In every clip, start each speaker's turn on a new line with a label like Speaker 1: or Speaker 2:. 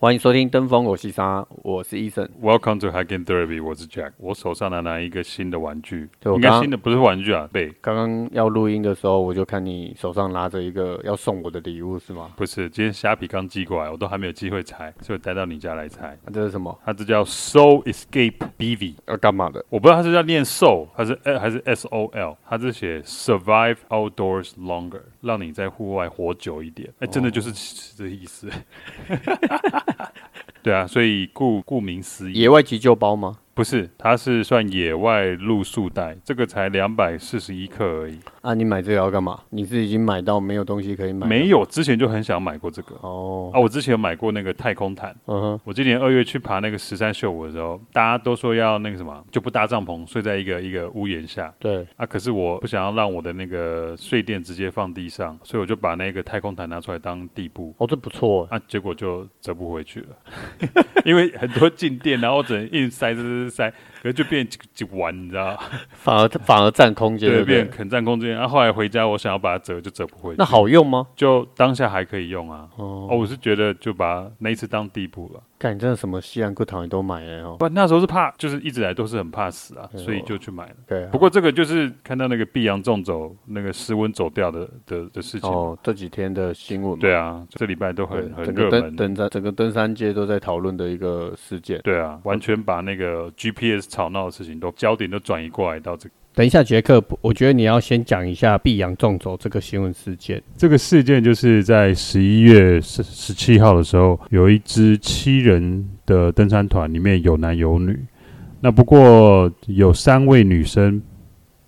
Speaker 1: 欢迎收听《登峰我西沙》，我是医生。
Speaker 2: Welcome to Hacking Therapy，我是 Jack。我手上拿拿一个新的玩具，
Speaker 1: 对我
Speaker 2: 应该
Speaker 1: 刚
Speaker 2: 新的不是玩具啊，被
Speaker 1: 刚刚要录音的时候，我就看你手上拿着一个要送我的礼物，是吗？
Speaker 2: 不是，今天虾皮刚寄过来，我都还没有机会拆，所以带到你家来拆。
Speaker 1: 啊、这是什么？
Speaker 2: 它这叫 Soul Escape BV，
Speaker 1: 要干嘛的？
Speaker 2: 我不知道它是要念 Soul 还是呃还是 S O L，它是写 Survive Outdoors Longer，让你在户外活久一点。哎、真的就是
Speaker 1: 哦
Speaker 2: 这意思。 对啊，所以顾顾名思义，
Speaker 1: 野外急救包吗？
Speaker 2: 不是，它是算野外露宿袋，这个才两百四十一克而已。
Speaker 1: 啊，你买这个要干嘛？你是已经买到没有东西可以买？
Speaker 2: 没有，之前就很想买过这个
Speaker 1: 哦，
Speaker 2: 啊。我之前有买过那个太空毯。
Speaker 1: 嗯哼，
Speaker 2: 我今年二月去爬那个十三秀舞的时候，大家都说要那个什么，就不搭帐篷，睡在一个一个屋檐下
Speaker 1: 对，
Speaker 2: 啊。可是我不想要让我的那个睡垫直接放地上，所以我就把那个太空毯拿出来当地布。
Speaker 1: 哦，这不错，
Speaker 2: 啊，结果就折不回去了， 因为很多静电，然后我只能硬塞塞塞塞，可是就变几几弯，你知道吗？
Speaker 1: 反而反而占空间，对
Speaker 2: 对，
Speaker 1: 不对
Speaker 2: 变很占空间。然、啊后后来回家，我想要把它折，就折不回去。
Speaker 1: 那好用吗？
Speaker 2: 就当下还可以用啊。
Speaker 1: 哦，
Speaker 2: 哦，我是觉得就把那一次当地步了，
Speaker 1: 看你真的什么西洋裤糖也都买了哦。
Speaker 2: 不然那时候是怕，就是一直以来都是很怕死啊，
Speaker 1: 哎呦
Speaker 2: 所以就去买了。
Speaker 1: 对、啊，
Speaker 2: 不过这个就是看到那个碧阳纵走那个室温走掉的的的事情，
Speaker 1: 哦，这几天的新闻嘛，
Speaker 2: 对啊，这礼拜都
Speaker 1: 对，
Speaker 2: 很很
Speaker 1: 整
Speaker 2: 热
Speaker 1: 个登
Speaker 2: 门，
Speaker 1: 登山整个登山界都在讨论的一个事件。
Speaker 2: 对啊，完全把那个 GPS 吵闹的事情都焦点都转移过来到这个。
Speaker 3: 等一下，杰克，不我觉得你要先讲一下碧阳纵走这个新闻事件。
Speaker 2: 这个事件就是在十一月十十七号的时候，有一支七人的登山团，里面有男有女。那不过有三位女生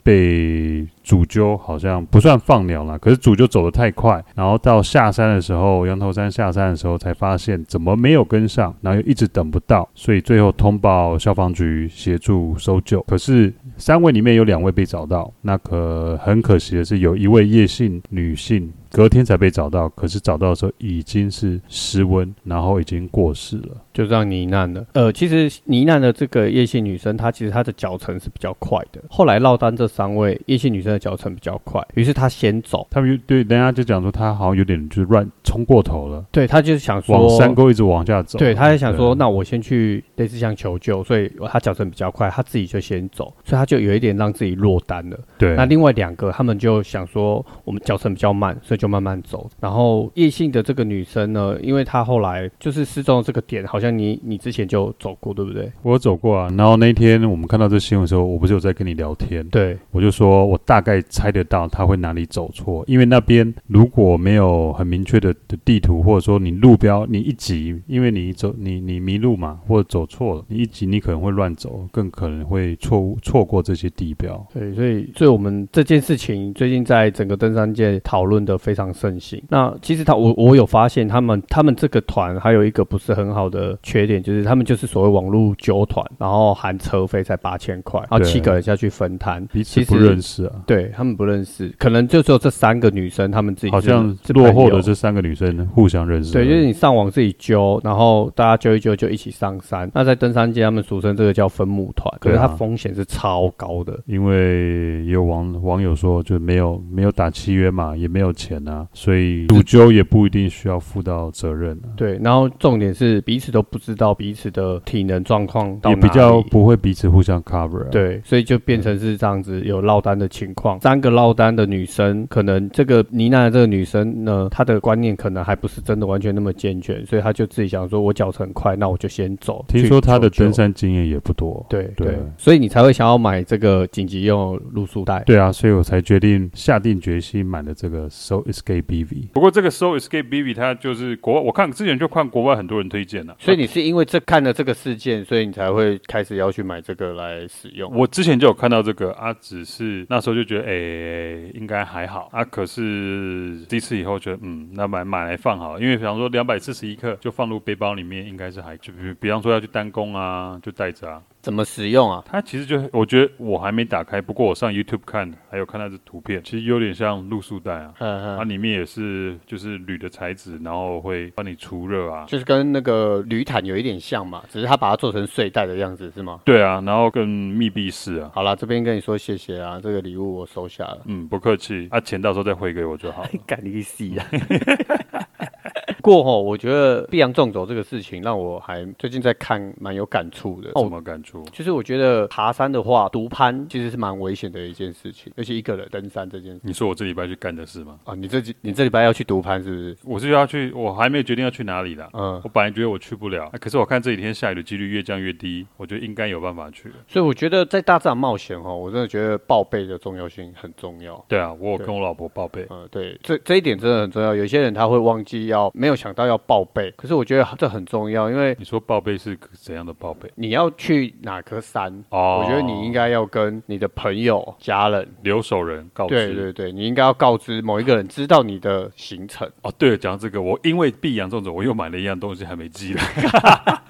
Speaker 2: 被主揪，好像不算放鸟啦，可是主揪走得太快，然后到下山的时候，羊头山下山的时候才发现怎么没有跟上，然后又一直等不到，所以最后通报消防局协助搜救。可是三位里面有两位被找到，那可很可惜的是，有一位叶姓女性隔天才被找到，可是找到的时候已经是失温，然后已经过世了。
Speaker 3: 就让呢喃了。呃，其实呢喃的这个叶姓女生，她其实她的脚程是比较快的。后来落单这三位叶姓女生的脚程比较快，于是她先走。
Speaker 2: 他们就对人家就讲说，他好像有点就是乱冲过头了，
Speaker 3: 对，她就是想说
Speaker 2: 往山沟一直往下走。
Speaker 3: 对，她也想说，
Speaker 2: 对
Speaker 3: 那我先去类似像求救，所以她脚程比较快，她自己就先走，所以她就有一点让自己落单了。
Speaker 2: 对，
Speaker 3: 那另外两个，他们就想说，我们脚程比较慢，所以就慢慢走。然后叶姓的这个女生呢，因为她后来就是失踪的这个点，好像你你之前就走过，对不对？
Speaker 2: 我有走过啊，然后那天我们看到这新闻的时候，我不是有在跟你聊天，
Speaker 3: 对，
Speaker 2: 我就说我大概猜得到他会哪里走错，因为那边如果没有很明确的的地图，或者说你路标，你一急，因为你走你你迷路嘛，或者走错了，你一急你可能会乱走，更可能会错误错过这些地标。
Speaker 3: 对，所以所以我们这件事情最近在整个登山界讨论的非常盛行。那其实他我我有发现，他们他们这个团还有一个不是很好的缺点，就是他们就是所谓网络纠团，然后含车费才八千块，然后
Speaker 2: 对
Speaker 3: 七个人下去分摊，
Speaker 2: 彼此
Speaker 3: 其实
Speaker 2: 不认识啊，
Speaker 3: 对他们不认识，可能就只有这三个女生，她们自己
Speaker 2: 好
Speaker 3: 是
Speaker 2: 像
Speaker 3: 是
Speaker 2: 落后
Speaker 3: 朋友
Speaker 2: 的这三个女生互相认识。
Speaker 3: 对，就是你上网自己揪，然后大家揪一揪就一起上山。那在登山界，他们俗称这个叫分母团，可是
Speaker 2: 对啊
Speaker 3: 它风险是超高的。
Speaker 2: 因为也有网网友说，就没有没有打契约嘛，也没有钱啊，所以主揪也不一定需要负到责任啊，
Speaker 3: 对，然后重点是彼此都不知道彼此的体能状况到
Speaker 2: 也
Speaker 3: 哪里，
Speaker 2: 比较不会彼此互相 cover、啊。，
Speaker 3: 对，所以就变成是这样子有落单的情况。三个落单的女生，可能这个妮娜的这个女生呢，她的观念可能还不是真的完全那么健全，所以她就自己想说，我脚程快，那我就先走。
Speaker 2: 听说他的
Speaker 3: 去求救
Speaker 2: 登山经验也不多。
Speaker 3: 对
Speaker 2: 对
Speaker 3: 对，所以你才会想要买这个紧急用露宿袋。
Speaker 2: 对啊，所以我才决定下定决心买了这个 So Escape BV。不过这个 So Escape BV 它就是国外，我看之前就看国外很多人推荐了、
Speaker 1: 所以你是因为这看了这个事件，所以你才会开始要去买这个来使用。
Speaker 2: 我之前就有看到这个啊，只是那时候就觉得，诶、应该还好啊。可是这次以后觉得，嗯，那买买来放好了，因为比方说两百四十一克就放入背包里面，应该是还就比比方说要去单工啊，就带着啊。
Speaker 1: 怎么使用啊？
Speaker 2: 它其实就我觉得我还没打开，不过我上 YouTube 看，还有看到这图片，其实有点像露宿袋啊。
Speaker 1: 嗯
Speaker 2: 它
Speaker 1: 嗯，
Speaker 2: 里面也是就是铝的材质，然后会帮你除热啊。
Speaker 1: 就是跟那个铝毯有一点像嘛，只是它把它做成睡袋的样子是吗？
Speaker 2: 对啊，然后更密闭式啊。
Speaker 1: 好啦，这边跟你说谢谢啊，这个礼物我收下 了。
Speaker 2: 嗯，不客气，啊，钱到时候再汇给我就好了。
Speaker 1: 干你个屁啊！过哈、我觉得碧阳纵走这个事情让我还最近在看，蛮有感触的。
Speaker 2: 什
Speaker 1: 哦，
Speaker 2: 么感触？
Speaker 1: 就是我觉得爬山的话，独攀其实是蛮危险的一件事情，尤其一个人登山这件事。
Speaker 2: 你说我这礼拜去干的事吗？
Speaker 1: 啊，你这几你这礼拜要去独攀是不是？
Speaker 2: 我是要去，我还没有决定要去哪里啦。
Speaker 1: 嗯，
Speaker 2: 我本来觉得我去不了，啊可是我看这几天下雨的几率越降越低，我觉得应该有办法去了。
Speaker 1: 所以我觉得在大自然冒险哈、哦我真的觉得报备的重要性很重要。
Speaker 2: 对啊，我有
Speaker 1: 对
Speaker 2: 跟我老婆报备，
Speaker 1: 嗯，对，这这一点真的很重要。有些人他会忘记要，没有想到要报备，可是我觉得这很重要，因为
Speaker 2: 你说报备是怎样的报备？
Speaker 1: 你要去哪颗山，
Speaker 2: 哦
Speaker 1: 我觉得你应该要跟你的朋友、家人，
Speaker 2: 留守人告知。
Speaker 1: 对对对，你应该要告知某一个人知道你的行程。
Speaker 2: 哦，对了，讲到这个，我因为碧阳这种，我又买了一样东西还没寄来。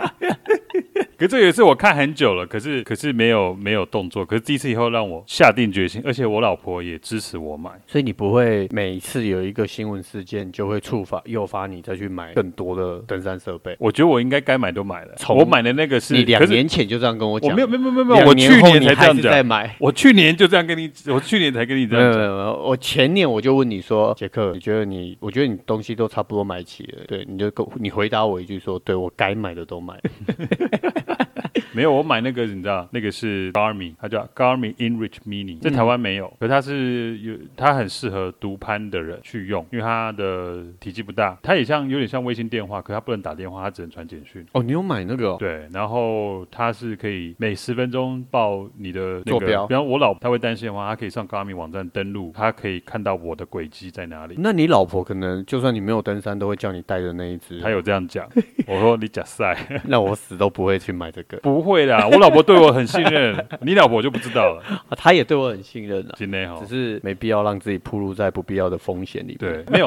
Speaker 2: 可这也是我看很久了，可是可是没有没有动作，可是第一次以后让我下定决心，而且我老婆也支持我买。
Speaker 1: 所以你不会每次有一个新闻事件就会触发诱发你再去买更多的登山设备。
Speaker 2: 我觉得我应该该买都买了，
Speaker 1: 从
Speaker 2: 我买的那个是
Speaker 1: 你两
Speaker 2: 可是
Speaker 1: 年前就这样跟我
Speaker 2: 我
Speaker 1: 讲，
Speaker 2: 没有没有没有没有，
Speaker 1: 两
Speaker 2: 我
Speaker 1: 年
Speaker 2: 去
Speaker 1: 后
Speaker 2: 年
Speaker 1: 你
Speaker 2: 才这
Speaker 1: 还
Speaker 2: 样
Speaker 1: 是在
Speaker 2: 讲，
Speaker 1: 买。
Speaker 2: 我去年就这样跟你，我去年才跟你这
Speaker 1: 没有没
Speaker 2: 样讲。
Speaker 1: 有没有，我前年我就问你说，杰克，你觉得你，我觉得你东西都差不多买齐了，对，你就跟我你回答我一句说，对我该买的都 买了，
Speaker 2: 没有，我买那个你知道，那个是 Garmin，它叫 Garmin Enrich Mini，在台湾
Speaker 1: 嗯
Speaker 2: 没有，可它是有，它很适合独攀的人去用，因为它的体积不大，它也像有点像微信电话，可它不能打电话，它只能传简讯。
Speaker 1: 哦，你有买那个、哦？
Speaker 2: 对，然后它是可以每十分钟报你的、那个、
Speaker 1: 坐标
Speaker 2: 比方我老婆她会担心的话，她可以上 Garmin 网站登录，她可以看到我的轨迹在哪里。
Speaker 1: 那你老婆可能就算你没有登山，都会叫你带着那一只
Speaker 2: 她，有这样 讲，我说你假赛，
Speaker 1: 那我死都不会去买这个。
Speaker 2: 不会啦，我老婆对我很信任， 你老婆就不知道了。
Speaker 1: 啊，她也对我很信任啊，
Speaker 2: 今天哈
Speaker 1: 只，是没必要让自己暴露在不必要的风险里面。
Speaker 2: 对， 没有。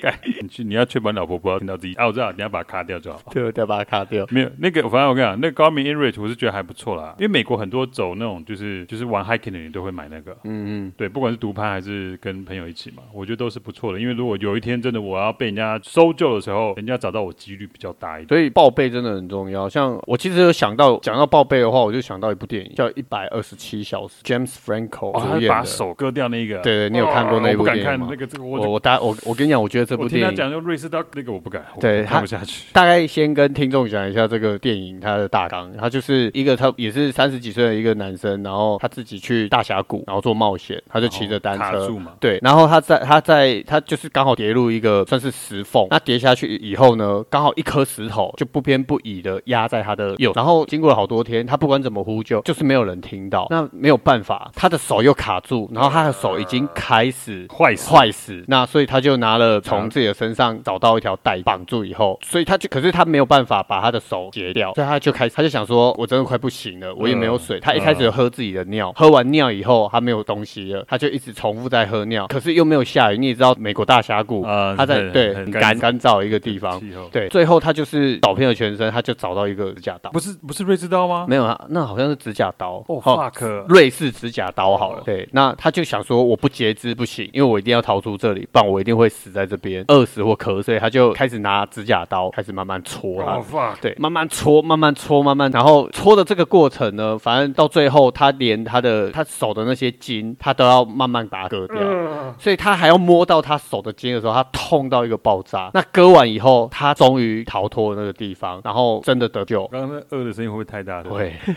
Speaker 2: 干你去，你要确保你老婆不要听到自己啊，我知道，你要把它卡掉就好。
Speaker 1: 对，对，把它卡掉。
Speaker 2: 没有那个，反正我跟你讲，那个 Garmin Enrich 我是觉得还不错啦，因为美国很多走那种就是就是玩 hiking 的人都会买那个，
Speaker 1: 嗯嗯，
Speaker 2: 对，不管是独攀还是跟朋友一起嘛，我觉得都是不错的。因为如果有一天真的我要被人家搜救的时候，人家找到我几率比较大一点。
Speaker 1: 所以报备真的很重要。像我其实有想到，讲到报备的话，我就想到一部电影叫《一百二十七小时》，James Franco
Speaker 2: 哦，
Speaker 1: 主
Speaker 2: 他
Speaker 1: 演
Speaker 2: 把
Speaker 1: 的。
Speaker 2: 手割掉那个，
Speaker 1: 对对你有看过那
Speaker 2: 哦我
Speaker 1: 部
Speaker 2: 不敢
Speaker 1: 电影
Speaker 2: 看
Speaker 1: 吗
Speaker 2: 那个这个我
Speaker 1: 我我大我我跟你讲，我觉得这
Speaker 2: 我
Speaker 1: 部
Speaker 2: 听
Speaker 1: 电
Speaker 2: 他
Speaker 1: 影
Speaker 2: 讲就瑞士刀那个我不敢，我
Speaker 1: 对
Speaker 2: 看
Speaker 1: 他
Speaker 2: 不下去。
Speaker 1: 大概先跟听众讲一下这个电影它的大纲。它就是一个他也是三十几岁的一个男生，然后他自己去大峡谷，然后做冒险，他就骑着单
Speaker 2: 哦卡
Speaker 1: 车
Speaker 2: 住嘛，
Speaker 1: 对，然后他在他在他就是刚好跌入一个算是石缝，那跌下去以后呢，刚好一颗石头就不偏不倚的压在他的右，然后经过了好多天，他不管怎么呼救，就是没有人听到，那没有办法，他的手又卡住，然后他的手已经开始
Speaker 2: 啊坏死
Speaker 1: 坏死，那所以他就拿了从自己的身上找到一条带绑住以后，所以他就可是他没有办法把他的手截掉，所以他就开始他就想说，我真的快不行了，我也没有水，他一
Speaker 2: 嗯
Speaker 1: 开始就喝自己的尿，喝完尿以后他没有东西了，他就一直重复在喝尿，可是又没有下雨，你也知道美国大峡谷，
Speaker 2: 啊
Speaker 1: 他在
Speaker 2: 很
Speaker 1: 对
Speaker 2: 很
Speaker 1: 很
Speaker 2: 干
Speaker 1: 干干燥一个地方，
Speaker 2: 气候
Speaker 1: 对，最后他就是找遍了全身，他就找到一个指甲刀
Speaker 2: 不，是不是瑞士刀吗？
Speaker 1: 没有啊，那好像是指甲刀，
Speaker 2: 哦
Speaker 1: 好
Speaker 2: fuck，
Speaker 1: 瑞士指甲刀好了
Speaker 2: 哦。
Speaker 1: 对，那他就想说，我不截肢不行，因为我一定要逃出这里，不然我一定会死在这边，饿死或渴死。所以他就开始拿指甲刀开始慢慢戳他。
Speaker 2: 哦 fuck，
Speaker 1: 对，慢慢戳，慢慢戳，慢慢，然后戳的这个过程呢，反正到最后，他连他的他手的那些筋，他都要慢慢把它割掉，所以他还要摸到他手的筋的时候，他痛到一个爆炸。那割完以后，他终于逃脱了那个地方，然后真的得救
Speaker 2: 我。刚刚那饿的声音会不会太大？对不对
Speaker 1: 对，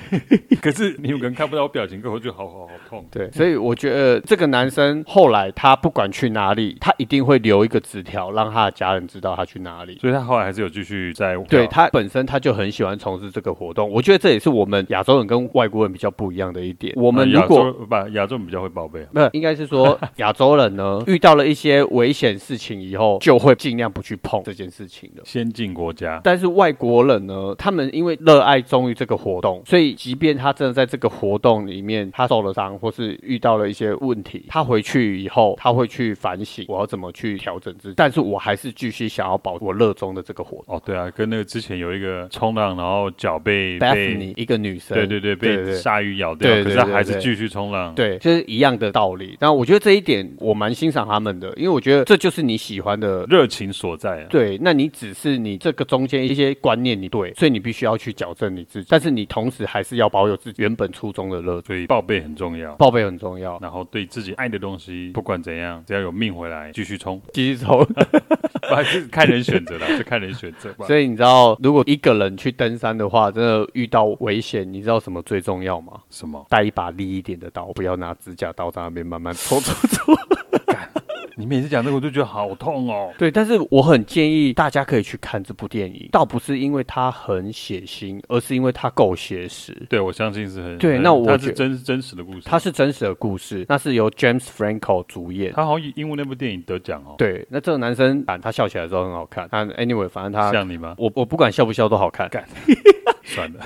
Speaker 2: 可是你有可能看不到我表情，可我就好好好痛。
Speaker 1: 对，所以我觉得这个男生后来他不管去哪里，他一定会留一个纸条，让他的家人知道他去哪里。
Speaker 2: 所以他后来还是有继续在
Speaker 1: 对他本身他就很喜欢从事这个活动，我觉得这也是我们亚洲人跟外国人比较不一样的一点。我
Speaker 2: 我
Speaker 1: 们如果
Speaker 2: 不嗯呃亚洲人比较会报备，啊
Speaker 1: 没有，应该是 说亚洲人呢遇到了一些危险事情以后，就会尽量不去碰这件事情的。
Speaker 2: 先进国家
Speaker 1: 但是外国人呢，他们因为热爱忠于这个活动，所以即便他真的在这个活动里面他受了伤，或是遇到了一些问题，他回去以后他会去反省，我要怎么去调整自己。但是我还是继续想要保我热衷的这个活动。
Speaker 2: 哦，对啊，跟那个之前有一个冲浪，然后脚被
Speaker 1: Bethany
Speaker 2: 被
Speaker 1: 一个女生，
Speaker 2: 对对对
Speaker 1: 对
Speaker 2: 被
Speaker 1: 对
Speaker 2: 鲨鱼咬掉，
Speaker 1: 对对
Speaker 2: 可是
Speaker 1: 对
Speaker 2: 他
Speaker 1: 对
Speaker 2: 还是
Speaker 1: 对
Speaker 2: 继续冲浪。
Speaker 1: 对，就是一样的道理。但我觉得这一点我蛮欣赏他们的，因为我觉得这就是你喜欢的
Speaker 2: 热情所在啊，
Speaker 1: 对，那你只是你这个中间一些观念你对，所以你必须要去矫正你自己，但是你同时还是要保有自己原本初衷的热情，
Speaker 2: 所以报备很重要。
Speaker 1: 报备很重要。
Speaker 2: 然后对自己爱的东西，不管怎样，只要有命回来，继续冲。
Speaker 1: 继续冲，头。
Speaker 2: 还是看人选择啦，是看人选择吧。
Speaker 1: 所以你知道，如果一个人去登山的话，真的遇到危险，你知道什么最重要吗？
Speaker 2: 什么？
Speaker 1: 带一把利一点的刀，不要拿指甲刀在那边慢慢戳戳戳。
Speaker 2: 你每次讲这个我就觉得好痛哦。
Speaker 1: 对，但是我很建议大家可以去看这部电影，倒不是因为它很血腥，而是因为它够写实。
Speaker 2: 对，我相信是很
Speaker 1: 对
Speaker 2: 很
Speaker 1: 那我
Speaker 2: 它
Speaker 1: 觉
Speaker 2: 是真真实的故事，
Speaker 1: 它是真实的故事，那是由 James Franco 主演。
Speaker 2: 他好像因为那部电影得奖哦。，
Speaker 1: 对，那这个男生，啊他笑起来的时候很好看。但 anyway，反正他，
Speaker 2: 像你吗？
Speaker 1: 我我不管笑不笑都好看。
Speaker 2: 算 了，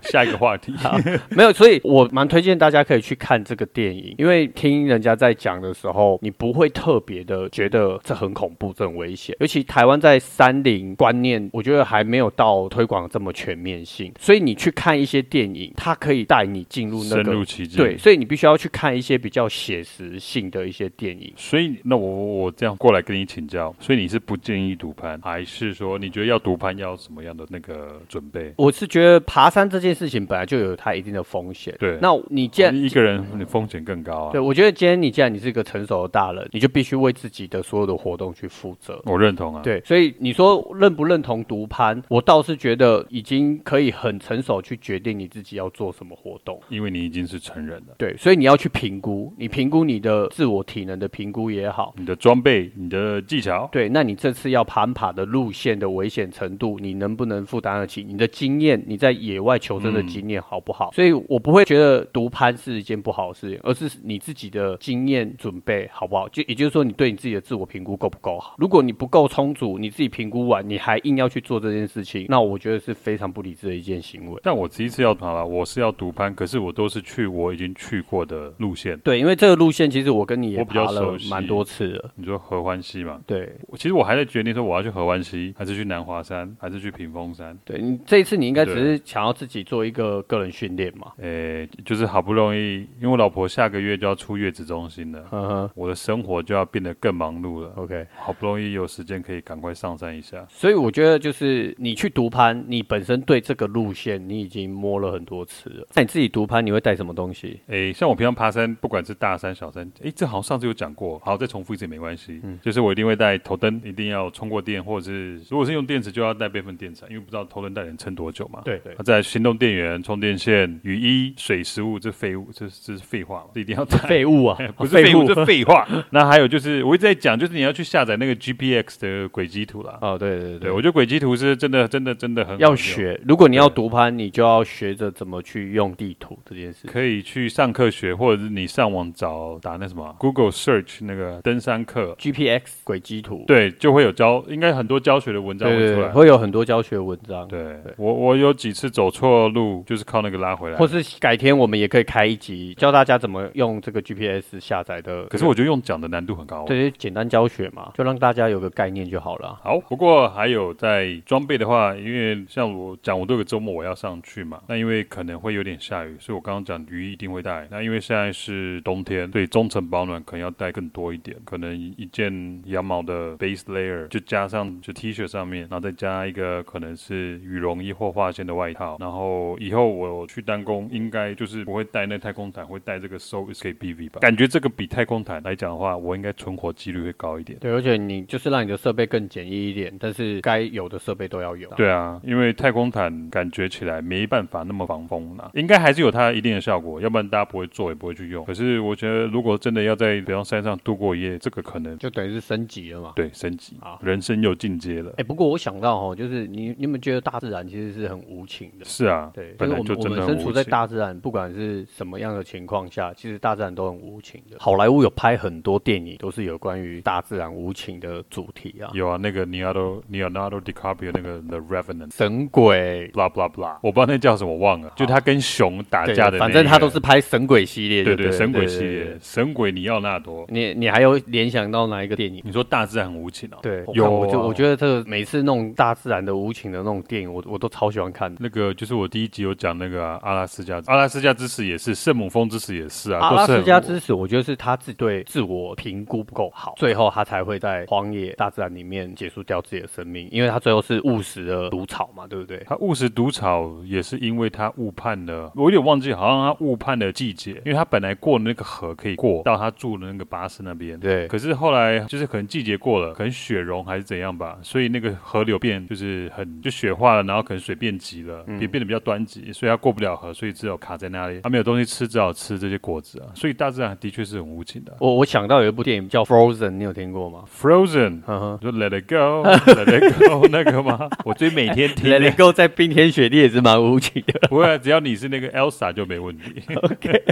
Speaker 2: 下一个话题。
Speaker 1: 没有，所以我蛮推荐大家可以去看这个电影，因为听人家在讲的时候，你不会特别的觉得这很恐怖、这很危险。尤其台湾在山林观念，我觉得还没有到推广这么全面性，所以你去看一些电影，它可以带你进入那
Speaker 2: 深入
Speaker 1: 个。
Speaker 2: 其境。
Speaker 1: 对，，所以你必须要去看一些比较写实性的一些电影。
Speaker 2: 所以那我我我这样过来跟你请教，所以你是不建议独攀，还是说你觉得要独攀要什么样的那个准备？
Speaker 1: 我是觉得爬山这件事情本来就有它一定的风险。
Speaker 2: 对
Speaker 1: 那你既然
Speaker 2: 一个人你风险更高啊
Speaker 1: 对，。我觉得今天你既然你是一个成熟的大人，你就必须为自己的所有的活动去负责。
Speaker 2: 我认同啊。，
Speaker 1: 对，所以你说认不认同独攀，我倒是觉得已经可以很成熟去决定你自己要做什么活动。
Speaker 2: 因为你已经是成人了，
Speaker 1: 对，所以你要去评估，你评估你的自我体能的评估也好，
Speaker 2: 你的装备、你的技巧，
Speaker 1: 对，那你这次要攀爬的路线的危险程度，你能不能负担得起？你的经验，你在野外求生的
Speaker 2: 嗯
Speaker 1: 经验好不好？所以我不会觉得独攀是一件不好的事情，而是你自己的经验准备好不好？就也就是说，你对你自己的自我评估够不够好？如果你不够充足，你自己评估完，你还硬要去做这件事情，那我觉得是非常不理智的一件行为。
Speaker 2: 但我第一次要爬了，我是要独攀，可是我都是去我已经去过的路线。
Speaker 1: 对，因为这个路线其实我跟你也
Speaker 2: 我比较
Speaker 1: 爬了
Speaker 2: 熟悉
Speaker 1: 蛮多次了。
Speaker 2: 你说合欢溪嘛？
Speaker 1: 对
Speaker 2: 我其实我还在决定说我要去合欢溪，还是去南华山，还是去屏风山。
Speaker 1: 对，你这一次你应该只
Speaker 2: 对
Speaker 1: 是想要自己做一个个人训练嘛？
Speaker 2: 诶，就是好不容易，因为我老婆下个月就要出月子中心了，
Speaker 1: 嗯哼
Speaker 2: 我的生活就要变得更忙碌了。
Speaker 1: ，OK。
Speaker 2: 好不容易有时间可以赶快上山一下。
Speaker 1: 所以我觉得就是你去独攀，你本身对这个路线你已经摸了很多次了。那你自己独攀，你会带什么东西？
Speaker 2: 诶，像我平常爬山，不管是大山小山，诶，这好像上次有讲过，好，再重复一次也没关系。
Speaker 1: 嗯
Speaker 2: 就是我一定会带头灯，一定要充过电，或者是如果是用电池，就要带备份电池啊，因为不知道头灯带能撑多久嘛。
Speaker 1: 对对
Speaker 2: 啊，再来行动电源、充电线、雨衣、水、食物，这废物，这这是废话嘛，这一定要带。，
Speaker 1: 废物啊
Speaker 2: 不是废物，这废话。 那还有就是，我一直在讲，就是你要去下载那个 GPX 的轨迹图啦。
Speaker 1: 哦，对对
Speaker 2: 对，
Speaker 1: 对，
Speaker 2: 我觉得轨迹图是真的，真的，真的很好
Speaker 1: 要
Speaker 2: 用
Speaker 1: 学。如果你要独攀，你就要学着怎么去用地图这件事。
Speaker 2: 可以去上课学，或者是你上网找打那什么啊 Google search 那个登山课，
Speaker 1: GPX 轨迹图，
Speaker 2: 对，就会有教，应该很多教学的文章
Speaker 1: 对
Speaker 2: 会
Speaker 1: 对
Speaker 2: 出
Speaker 1: 对，
Speaker 2: 来。
Speaker 1: 会有很多教学文章。
Speaker 2: 对我我有几次走错路，就是靠那个拉回来
Speaker 1: 或。是改天我们也可以开一集，教大家怎么用这个 GPS 下载的。
Speaker 2: 可是我觉得用讲的难度很高。
Speaker 1: 这些简单教学嘛，就让大家有个概念就好了啊。
Speaker 2: 好，不过还有在装备的话，因为像我讲，我都有个周末我要上去嘛，那因为可能会有点下雨，所以我刚刚讲雨衣一定会带。那因为现在是冬天，所以中层保暖可能要带更多一点，可能一件羊毛的 base layer，就加上就 T 恤上面，然后再加一个可能是羽绒衣或化纤的外套。然后以后我去单工，应该就是不会带那太空毯，会带这个 So Escape BV 吧。感觉这个比太空毯来讲的话，我应该存活几率会高一点。
Speaker 1: 对，而且你就是让你的设备更简易一点，但是该有的设备都要有。
Speaker 2: 对啊，因为太空毯感觉起来没办法那么防风啦、应该还是有它一定的效果，要不然大家不会做也不会去用。可是我觉得，如果真的要在北方山上度过一夜，这个可能
Speaker 1: 就等于是升级了嘛。
Speaker 2: 对升级
Speaker 1: 好，
Speaker 2: 人生又进阶了
Speaker 1: 哎、。不过我想到哦，就是你你有没有觉得大自然其实是很无情的？
Speaker 2: 是啊，
Speaker 1: 对，
Speaker 2: 本
Speaker 1: 是
Speaker 2: 来
Speaker 1: 我
Speaker 2: 就
Speaker 1: 们我
Speaker 2: 真的
Speaker 1: 们
Speaker 2: 很
Speaker 1: 身
Speaker 2: 无
Speaker 1: 处在
Speaker 2: 情。
Speaker 1: 大自然，不管是什么样的情况下，其实大自然都很无情的。好莱坞有拍很多电影，都是有关于大自然无情的主题啊，
Speaker 2: 有啊，那个 Leonardo Leonardo DiCaprio 那个 The Revenant。
Speaker 1: 神鬼
Speaker 2: blah blah blah，我不知道那叫什么，忘了。就他跟熊打
Speaker 1: 对
Speaker 2: 架的那一
Speaker 1: 反
Speaker 2: 个，
Speaker 1: 正他都是拍神鬼系列
Speaker 2: 对
Speaker 1: 就
Speaker 2: 对
Speaker 1: 对了，
Speaker 2: 神鬼
Speaker 1: 对
Speaker 2: 系。
Speaker 1: 对对
Speaker 2: 列
Speaker 1: 对，
Speaker 2: 神鬼尼奥纳多。
Speaker 1: 你你还有联想到哪一个电影？
Speaker 2: 你说大自然很无情哦？
Speaker 1: 对，我看
Speaker 2: 有啊，
Speaker 1: 我就我觉得这个每次那种大自然的无情的那种电影，我我都超喜欢看的。
Speaker 2: 那个就是我第一集有讲那个啊、阿拉斯加，阿拉斯加之死也是，圣母峰之死也是啊，
Speaker 1: 阿
Speaker 2: 都
Speaker 1: 拉
Speaker 2: 是
Speaker 1: 斯
Speaker 2: 很
Speaker 1: 加之死，我觉得是他自对自我评估不够好，最后他才会在荒野大自然里面结束掉自己的生命，因为他最后是误食了毒草嘛，对不对？
Speaker 2: 他误食毒草也是因为他误判了，我有点忘记，好像他误判了季节，因为他本来过那个河可以过到他住的那个巴士那边，
Speaker 1: 对
Speaker 2: 可是后来就是可能季节过了，可能雪融还是怎样吧，所以那个河流变就是很就雪化了，然后可能水变急了，
Speaker 1: 嗯
Speaker 2: 也变得比较湍急，所以他过不了河，所以只有卡在那里，他没有东西吃，只好吃这些果子啊。所以大自然的确是很无情的。
Speaker 1: 我我想到有一部电影叫《Frozen》，你有听过吗？嗯
Speaker 2: Frozen，
Speaker 1: 呵 呵
Speaker 2: 你说 Let it go，Let it go 那个吗？我最每天听
Speaker 1: l e t It Go 在冰天雪地也是蛮无情的，
Speaker 2: 不会、啊，只要你是那个 Elsa 就没问题。OK，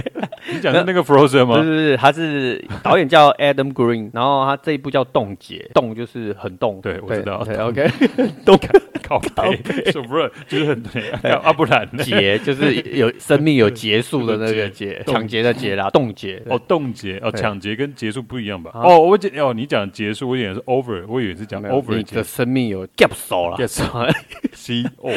Speaker 2: 你 讲的那个 Frozen
Speaker 1: 不是不
Speaker 2: 吗？
Speaker 1: 是，他是导演叫 Adam Green，然后他这一部叫《冻结》，冻就是很冻，
Speaker 2: 对我知道
Speaker 1: 对 OK，冻
Speaker 2: 靠背，是不是？就是很对啊，啊不然呢？
Speaker 1: 结就是有生命有结束的那个结，
Speaker 2: 冻结
Speaker 1: 抢劫的劫啦，冻结。
Speaker 2: 哦，
Speaker 1: 哦，
Speaker 2: 冻结哦，
Speaker 1: 对
Speaker 2: 抢劫跟结束不一样吧？
Speaker 1: 啊
Speaker 2: 哦，我讲哦，你讲结束，我以为是 over，我以为是讲
Speaker 1: 没有
Speaker 2: over
Speaker 1: 你的
Speaker 2: 结
Speaker 1: 生命有 gap 手了。
Speaker 2: Yes C 哦，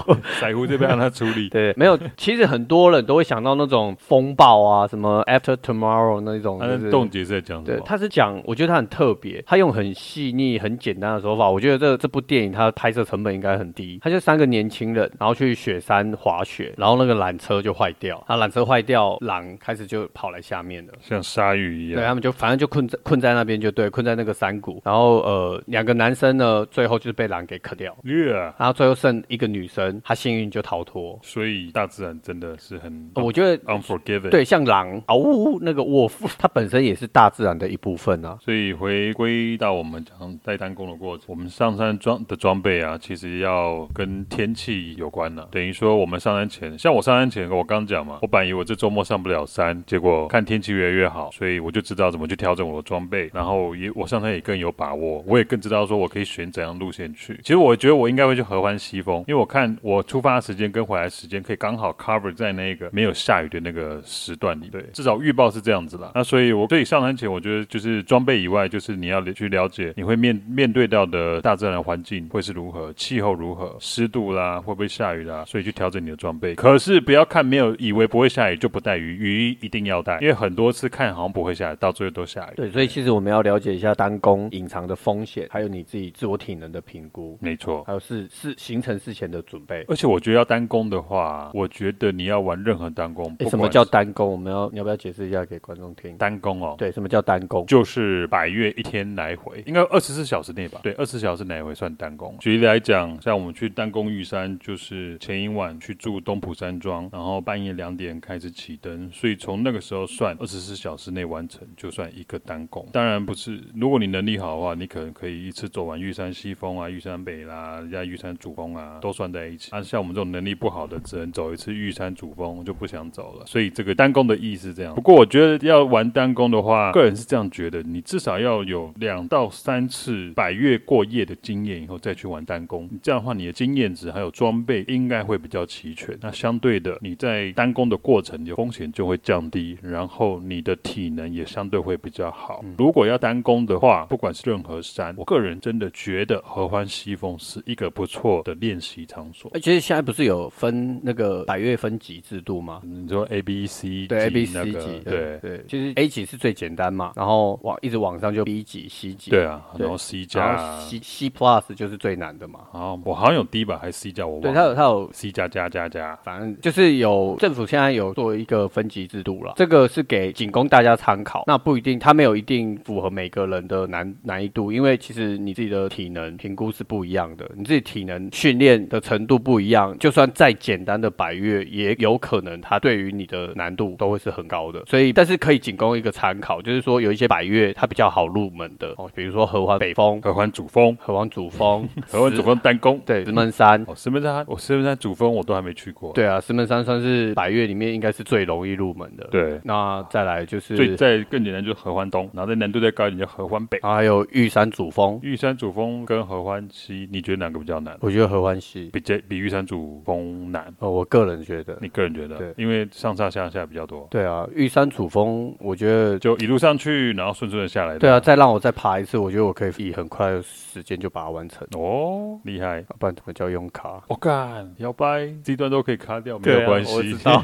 Speaker 1: 哦，
Speaker 2: 彩湖这边让他处理。
Speaker 1: 对，没有。其实很多人都会想到那种风暴啊，什么 After Tomorrow 那种，
Speaker 2: 啊
Speaker 1: 就
Speaker 2: 那
Speaker 1: 是
Speaker 2: 冻结哦是在讲什
Speaker 1: 对，
Speaker 2: 么？
Speaker 1: 他是讲，我觉得他很特别，他用很细腻、很简单的手法，我觉得这这部电影它的拍摄成本应该很低。他就三个年轻人，然后去雪山滑雪，然后那个缆车就坏掉，他缆车坏掉，狼开始就跑来下面了。
Speaker 2: 像鲨鱼一
Speaker 1: 对
Speaker 2: 样。
Speaker 1: 他们就反正就困在困在那边就对，困在那个山谷。然后呃，两个男生呢，最后就是被狼给啃掉，
Speaker 2: 对啊，
Speaker 1: 然后最后剩一个女生，她幸运就逃脱。
Speaker 2: 所以大自然真的是很
Speaker 1: 呃我觉得
Speaker 2: unforgiving。，
Speaker 1: 对，像狼啊呜，那个沃夫，它本身也是大自然的一部分啊。
Speaker 2: 所以回归到我们讲带弹弓的过程，我们上山装的装备啊，其实要跟天气有关了、等于说我们上山前，像我上山前，我刚讲嘛，我本以为我这周末上不了山，结果看天气越来越好，所以我就知道怎么去调整我的装备，然后也我上山也更有把握，我也更知道说我可以选怎样路线去。其实我觉得我应该会去合欢西峰，因为我看我出发的时间跟回来的时间可以刚好 cover 在那个没有下雨的那个时段里。对，至少预报是这样子啦。那所以我，所以上山前，我觉得就是装备以外，就是你要去了解你会面面对到的大自然的环境会是如何，气候如何，湿度啦，会不会下雨啦，所以去调整你的装备。可是不要看没有以为不会下雨就不带雨，雨衣一定要带，因为很多次看好像不会下雨，到最后都下雨。
Speaker 1: 对，所以其实我们要了解一下单弓隐藏的风险，还有你自己自我体能的评估，
Speaker 2: 没错。
Speaker 1: 还有是是行程事前的准备。
Speaker 2: 而且我觉得要单攻的话，我觉得你要玩任何单攻，
Speaker 1: 诶
Speaker 2: 不
Speaker 1: 什么
Speaker 2: 管
Speaker 1: 叫
Speaker 2: 是
Speaker 1: 单弓？我们要你要不要解释一下给观众听？
Speaker 2: 单攻哦？
Speaker 1: 对，什么叫单弓？
Speaker 2: 就是百越一天来回，应该二十四小时内吧？对，二十四小时来回算单工。举例来讲，像我们去单工玉山，就是前一晚去住东浦山庄，然后半夜两点开始起灯，所以从那个时候算二十四小时内完成，就算一个单工。当然不是，如果你能力好的话，你可能可以一次走完玉山西峰啊、玉山北啦、人家玉山主峰啊，都算在一起。啊，像我们这种能力不好的，只能走一次玉山主峰，就不想走了。所以这个单工的意思是这样。不过我觉得要玩单工的话，个人是这样觉得，你至少要有两到三次百越过夜的经验以后再去玩单工，你这样的话你的经验值还有装备应该会比较齐全。那相对的，你在单工的过程，你的风险就会降低，然后你的体能也相对会比较好。
Speaker 1: 嗯
Speaker 2: 如果要单攻的话，不管是任何山，我个人真的觉得合欢西峰是一个不错的练习场所。
Speaker 1: 哎，其实现在不是有分那个百月分级制度吗？
Speaker 2: 你说 A、B、C
Speaker 1: 对 A、B、C
Speaker 2: 那
Speaker 1: 级，
Speaker 2: 个
Speaker 1: 对
Speaker 2: 对
Speaker 1: 嗯对，其实 A 级是最简单嘛，然后往一直往上就 B 级、C 级，
Speaker 2: 对，啊，
Speaker 1: 对
Speaker 2: 然后 C 加
Speaker 1: 然
Speaker 2: 啊
Speaker 1: 后，C C Plus 就是最难的嘛。
Speaker 2: 然后我好像有 D 吧，还是 C 加，我
Speaker 1: 对，
Speaker 2: 忘
Speaker 1: 它有
Speaker 2: 了。
Speaker 1: 它有
Speaker 2: C 加加加加，
Speaker 1: 反正就是有政府现在有做一个分级制度了，这个是给仅供大家参考，那不一定，它没有一定符合每个人的难难易度，因为其实你自己的体能评估是不一样的，你自己体能训练的程度不一样，就算再简单的百越，也有可能它对于你的难度都会是很高的，所以但是可以仅供一个参考，就是说有一些百越它比较好入门的哦，比如说合欢北峰、
Speaker 2: 合欢主峰，
Speaker 1: 合欢主峰、
Speaker 2: 合欢主峰单攻。
Speaker 1: 对石门山。
Speaker 2: 哦，石门山，我石门山主峰我都还没去过。
Speaker 1: 对啊，石门山算是百越里面应该是最容易入门的。
Speaker 2: 对
Speaker 1: 那再来就
Speaker 2: 最
Speaker 1: 是，
Speaker 2: 再更简单就是合欢东，然后再难度再高一点就合欢北。
Speaker 1: 还有玉山主峰，
Speaker 2: 玉山主峰跟合欢西，你觉得哪个比较难？
Speaker 1: 我觉得合欢西
Speaker 2: 比比这比玉山主峰难？
Speaker 1: 哦，我个人觉得，
Speaker 2: 你个人觉得
Speaker 1: 对？
Speaker 2: 因为上上下下比较多，
Speaker 1: 对啊，玉山主峰，我觉得就
Speaker 2: 就一路上去，然后顺顺的下来。
Speaker 1: 对啊，，再让我再爬一次，我觉得我可以以很快的时间就把它完成，
Speaker 2: 哦，厉害！
Speaker 1: 不然怎么叫用卡？
Speaker 2: 我干，摇摆这一段都可以卡掉，没
Speaker 1: 对
Speaker 2: 有
Speaker 1: 啊
Speaker 2: 关
Speaker 1: 我
Speaker 2: 系
Speaker 1: 知。道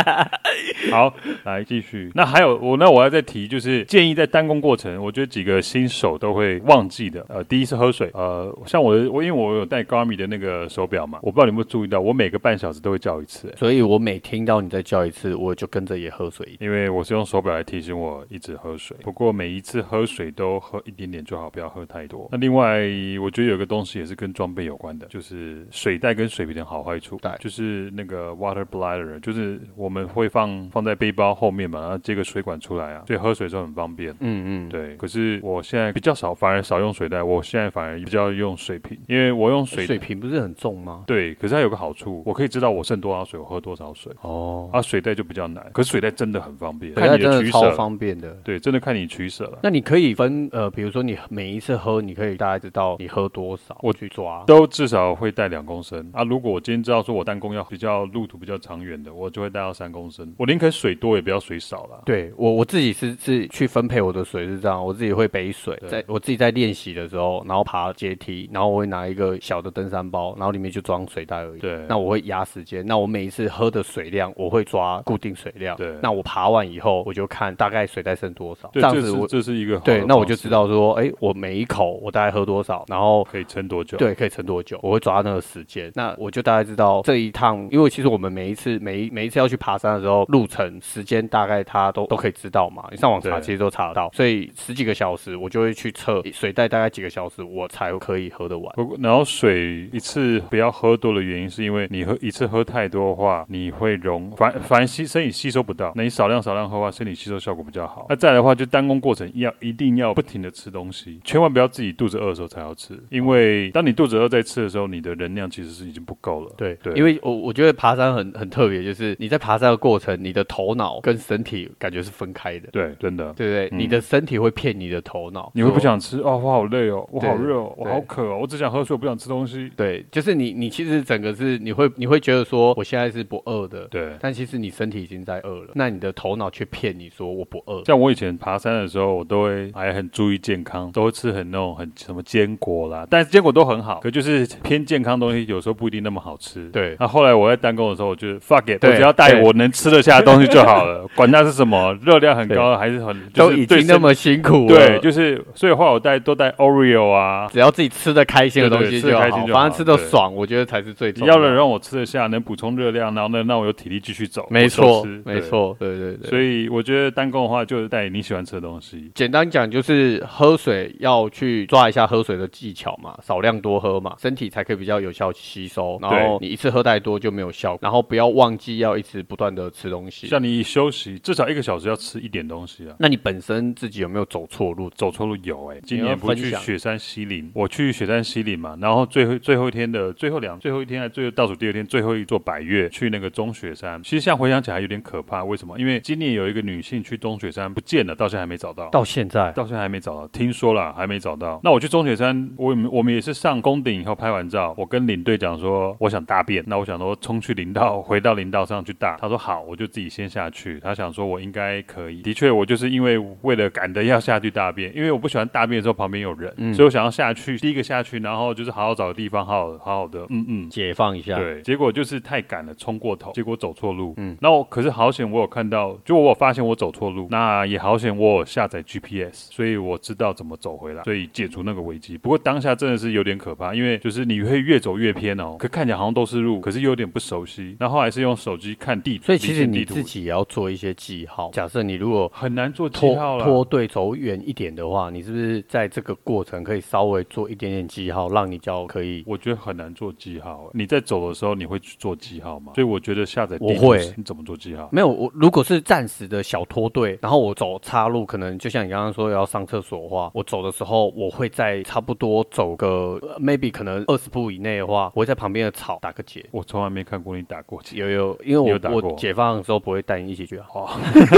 Speaker 2: 好，来继续。那还有我，那我要再提，就是建议在单攻过程，我觉得几个新手都会忘记的。呃，第一是喝水。呃，像我的，我因为我有戴 Garmin 的那个手表嘛，我不知道你有没有注意到，我每个半小时都会叫一次、欸
Speaker 1: 所以我每听到你再叫一次，我就跟着也喝水一点。
Speaker 2: 因为我是用手表来提醒我一直喝水，不过每一次喝水都喝一点点就好，不要喝太多。那另外，我觉得有一个东西也是跟装备有关的，就是水袋跟水瓶的好坏处
Speaker 1: 对，
Speaker 2: 就是那个 water bladder，就是我们会放放在背包后面嘛，然后接个水管出来啊，所以喝水的时候很方便。
Speaker 1: 嗯嗯，
Speaker 2: 对，可是我现在比较少，反而少用水袋，我现在反而比较用水瓶，因为我用水
Speaker 1: 水瓶不是很重吗？
Speaker 2: 对，可是它有个好处，我可以知道我剩多少水，我喝多少水。
Speaker 1: 哦，
Speaker 2: 啊，水袋就比较难，可是水袋真的很方便，
Speaker 1: 水袋
Speaker 2: 看你
Speaker 1: 真
Speaker 2: 的
Speaker 1: 的
Speaker 2: 取
Speaker 1: 超
Speaker 2: 舍。
Speaker 1: 方便的。
Speaker 2: 对，真的看你取舍了。
Speaker 1: 那你可以分呃，比如说你每一次喝，你可以大概知道你喝多少，
Speaker 2: 我
Speaker 1: 去抓。
Speaker 2: 都至少会带两公升啊！如果我今天知道说我单工要比较路途比较长远的，我就会带到三公升。我宁肯水多也不要水少了。
Speaker 1: 对我我自己是是去分配我的水是这样，我自己会背水，
Speaker 2: 对
Speaker 1: 在我自己在练习的时候，然后爬阶梯，然后我会拿一个小的登山包，然后里面就装水袋而已。
Speaker 2: 对
Speaker 1: 那我会压时间，那我每一次喝的水量我会抓固定水量。
Speaker 2: 对
Speaker 1: 那我爬完以后我就看大概水袋剩多少，这
Speaker 2: 对，
Speaker 1: 样
Speaker 2: 这
Speaker 1: 子
Speaker 2: 是
Speaker 1: 我
Speaker 2: 这是一个好的
Speaker 1: 对，那我就
Speaker 2: 方式
Speaker 1: 知道说，哎，我每一口我大概喝多少，然后
Speaker 2: 可以撑多久。，
Speaker 1: 对，可以撑多久？我会抓那个时间，那我就大概知道这一趟，因为其实我们每一次每一每一次要去爬山的时候，路程时间大概它都都可以知道嘛，你上网查
Speaker 2: 对
Speaker 1: 其实都查得到，所以十几个小时我就会去测水袋大概几个小时，我才可以喝得完。
Speaker 2: 不过然后水一次不要喝多的原因，是因为你喝一次喝太多的话，你会溶反反吸身体吸收不到。那你少量少量喝的话，身体吸收效果比较好。那再来的话，就单工过程要一定要不停的吃东西，千万不要自己肚子饿的时候才要吃，因为当你肚子饿在吃的时候，你的能量其实是已经不够了。
Speaker 1: 对
Speaker 2: 对
Speaker 1: 因为我我觉得爬山很很特别，就是你在爬山的过程，你的头脑跟身体感觉是分开的，
Speaker 2: 对，真的。
Speaker 1: 对不对？
Speaker 2: 嗯
Speaker 1: 你的身体会骗你的头脑，
Speaker 2: 你会不
Speaker 1: 说
Speaker 2: 想吃哦，我好累哦，我好
Speaker 1: 对
Speaker 2: 热哦，我
Speaker 1: 对
Speaker 2: 好渴哦，我只想喝水，我不想吃东西。
Speaker 1: 对，就是你，你其实整个是你会你会觉得说我现在是不饿的，
Speaker 2: 对
Speaker 1: 但其实你身体已经在饿了，那你的头脑却骗你说我不饿，
Speaker 2: 像我以前爬山的时候，我都会还很注意健康，都会吃很那种很什么坚果啦，但是坚果都很好，可就是偏健康的东西有时候不一定那么好吃。
Speaker 1: 对
Speaker 2: 那后来我在单工的时候，我就 fuck it，
Speaker 1: 对
Speaker 2: 我只要带
Speaker 1: 对
Speaker 2: 我能吃得下的东西就好 了，管它是什么，热量很高还是很
Speaker 1: 都
Speaker 2: 就是
Speaker 1: 已
Speaker 2: 对
Speaker 1: 经那
Speaker 2: 身
Speaker 1: 么辛苦了，
Speaker 2: 对，就是所以后来我带都带 Oreo 啊。
Speaker 1: 只要自己吃的开心的
Speaker 2: 对
Speaker 1: 东
Speaker 2: 对
Speaker 1: 西
Speaker 2: 吃得
Speaker 1: 就
Speaker 2: 开
Speaker 1: 好，
Speaker 2: 心就
Speaker 1: 反
Speaker 2: 好
Speaker 1: 正吃的
Speaker 2: 对
Speaker 1: 爽，我觉得才是最重
Speaker 2: 要
Speaker 1: 的
Speaker 2: 能让我吃得下，能补充热量，然后呢，让我有体力继续走。
Speaker 1: 没
Speaker 2: 不愁
Speaker 1: 错
Speaker 2: 吃，
Speaker 1: 没。错，对对
Speaker 2: 对
Speaker 1: 对。
Speaker 2: 所以我觉得单工的话，就是带你喜欢吃的东西。
Speaker 1: 简单讲就是喝水要去抓一下喝水的技巧嘛，少量多喝嘛，身体才可以比较有效吸收。然后你一次喝太多就没有效果，然后不要忘记要一直不断的吃东西。
Speaker 2: 像你休息至少一个小时要吃一点东西啊。
Speaker 1: 那你本身自己有没有走错路？
Speaker 2: 走错路有哎、今
Speaker 1: 要
Speaker 2: 年不
Speaker 1: 分
Speaker 2: 去
Speaker 1: 享
Speaker 2: 雪山西岭，我去雪山西岭嘛，然后最后最后一天的最后两最后一天还最后倒数第二天最后一座百岳去那个中雪山，其实现在回想起来有点可怕，为什么？因为今年有一个女性去中雪山不见了，到现在还没找到。
Speaker 1: 到现在
Speaker 2: 到现在还没找到，听说了还没找到。那我去中雪山，我们我们也是上宫顶以后拍完照，我跟领队讲说我想大便，那我想说冲去林道，回到林道上去大。他说好，我就自己先下去。他想说我应该可以，的确我就是因为为了赶着要下去大便，因为我不喜欢大便的时候旁边有人，所以我想要下去，第一个下去，然后就是好好找个地方，好好好好的，嗯嗯。
Speaker 1: 解放一下，
Speaker 2: 对，结果就是太赶了，冲过头，结果走错路。嗯，那我可是好险，我有看到，就我有发现我走错路，那也好险我有下载 GPS，所以我知道怎么走回来，所以解除那个危机。不过当下真的是有点可怕，因为就是你会越走越偏哦，可看起来好像都是路，可是又有点不熟悉。然后还是用手机看地图，
Speaker 1: 所以其实
Speaker 2: 离
Speaker 1: 你
Speaker 2: 线地
Speaker 1: 自
Speaker 2: 图
Speaker 1: 己也要做一些记号。假设你如果
Speaker 2: 很难做记
Speaker 1: 拖
Speaker 2: 号了。
Speaker 1: 拖队走远一点的话，你是不是在这个过程可以稍微做一点点记号，让你叫可以？
Speaker 2: 我觉得很难做记号。你在走的时候，你会去做记号吗？所以我觉得下载地
Speaker 1: 我
Speaker 2: 图
Speaker 1: 会
Speaker 2: 是你怎么做记号？
Speaker 1: 没有，我如果是暂时的小拖队，然后我走岔路，可能就像你刚刚说要上厕所的话，我走的时候我会在差不多走个、呃 maybe 可能二十步以内的话，我会在旁边的草打个结。
Speaker 2: 我从来没看过你打过结。
Speaker 1: 有有，因为
Speaker 2: 你有打
Speaker 1: 我
Speaker 2: 过
Speaker 1: 我解放的时候不会带你一起去啊。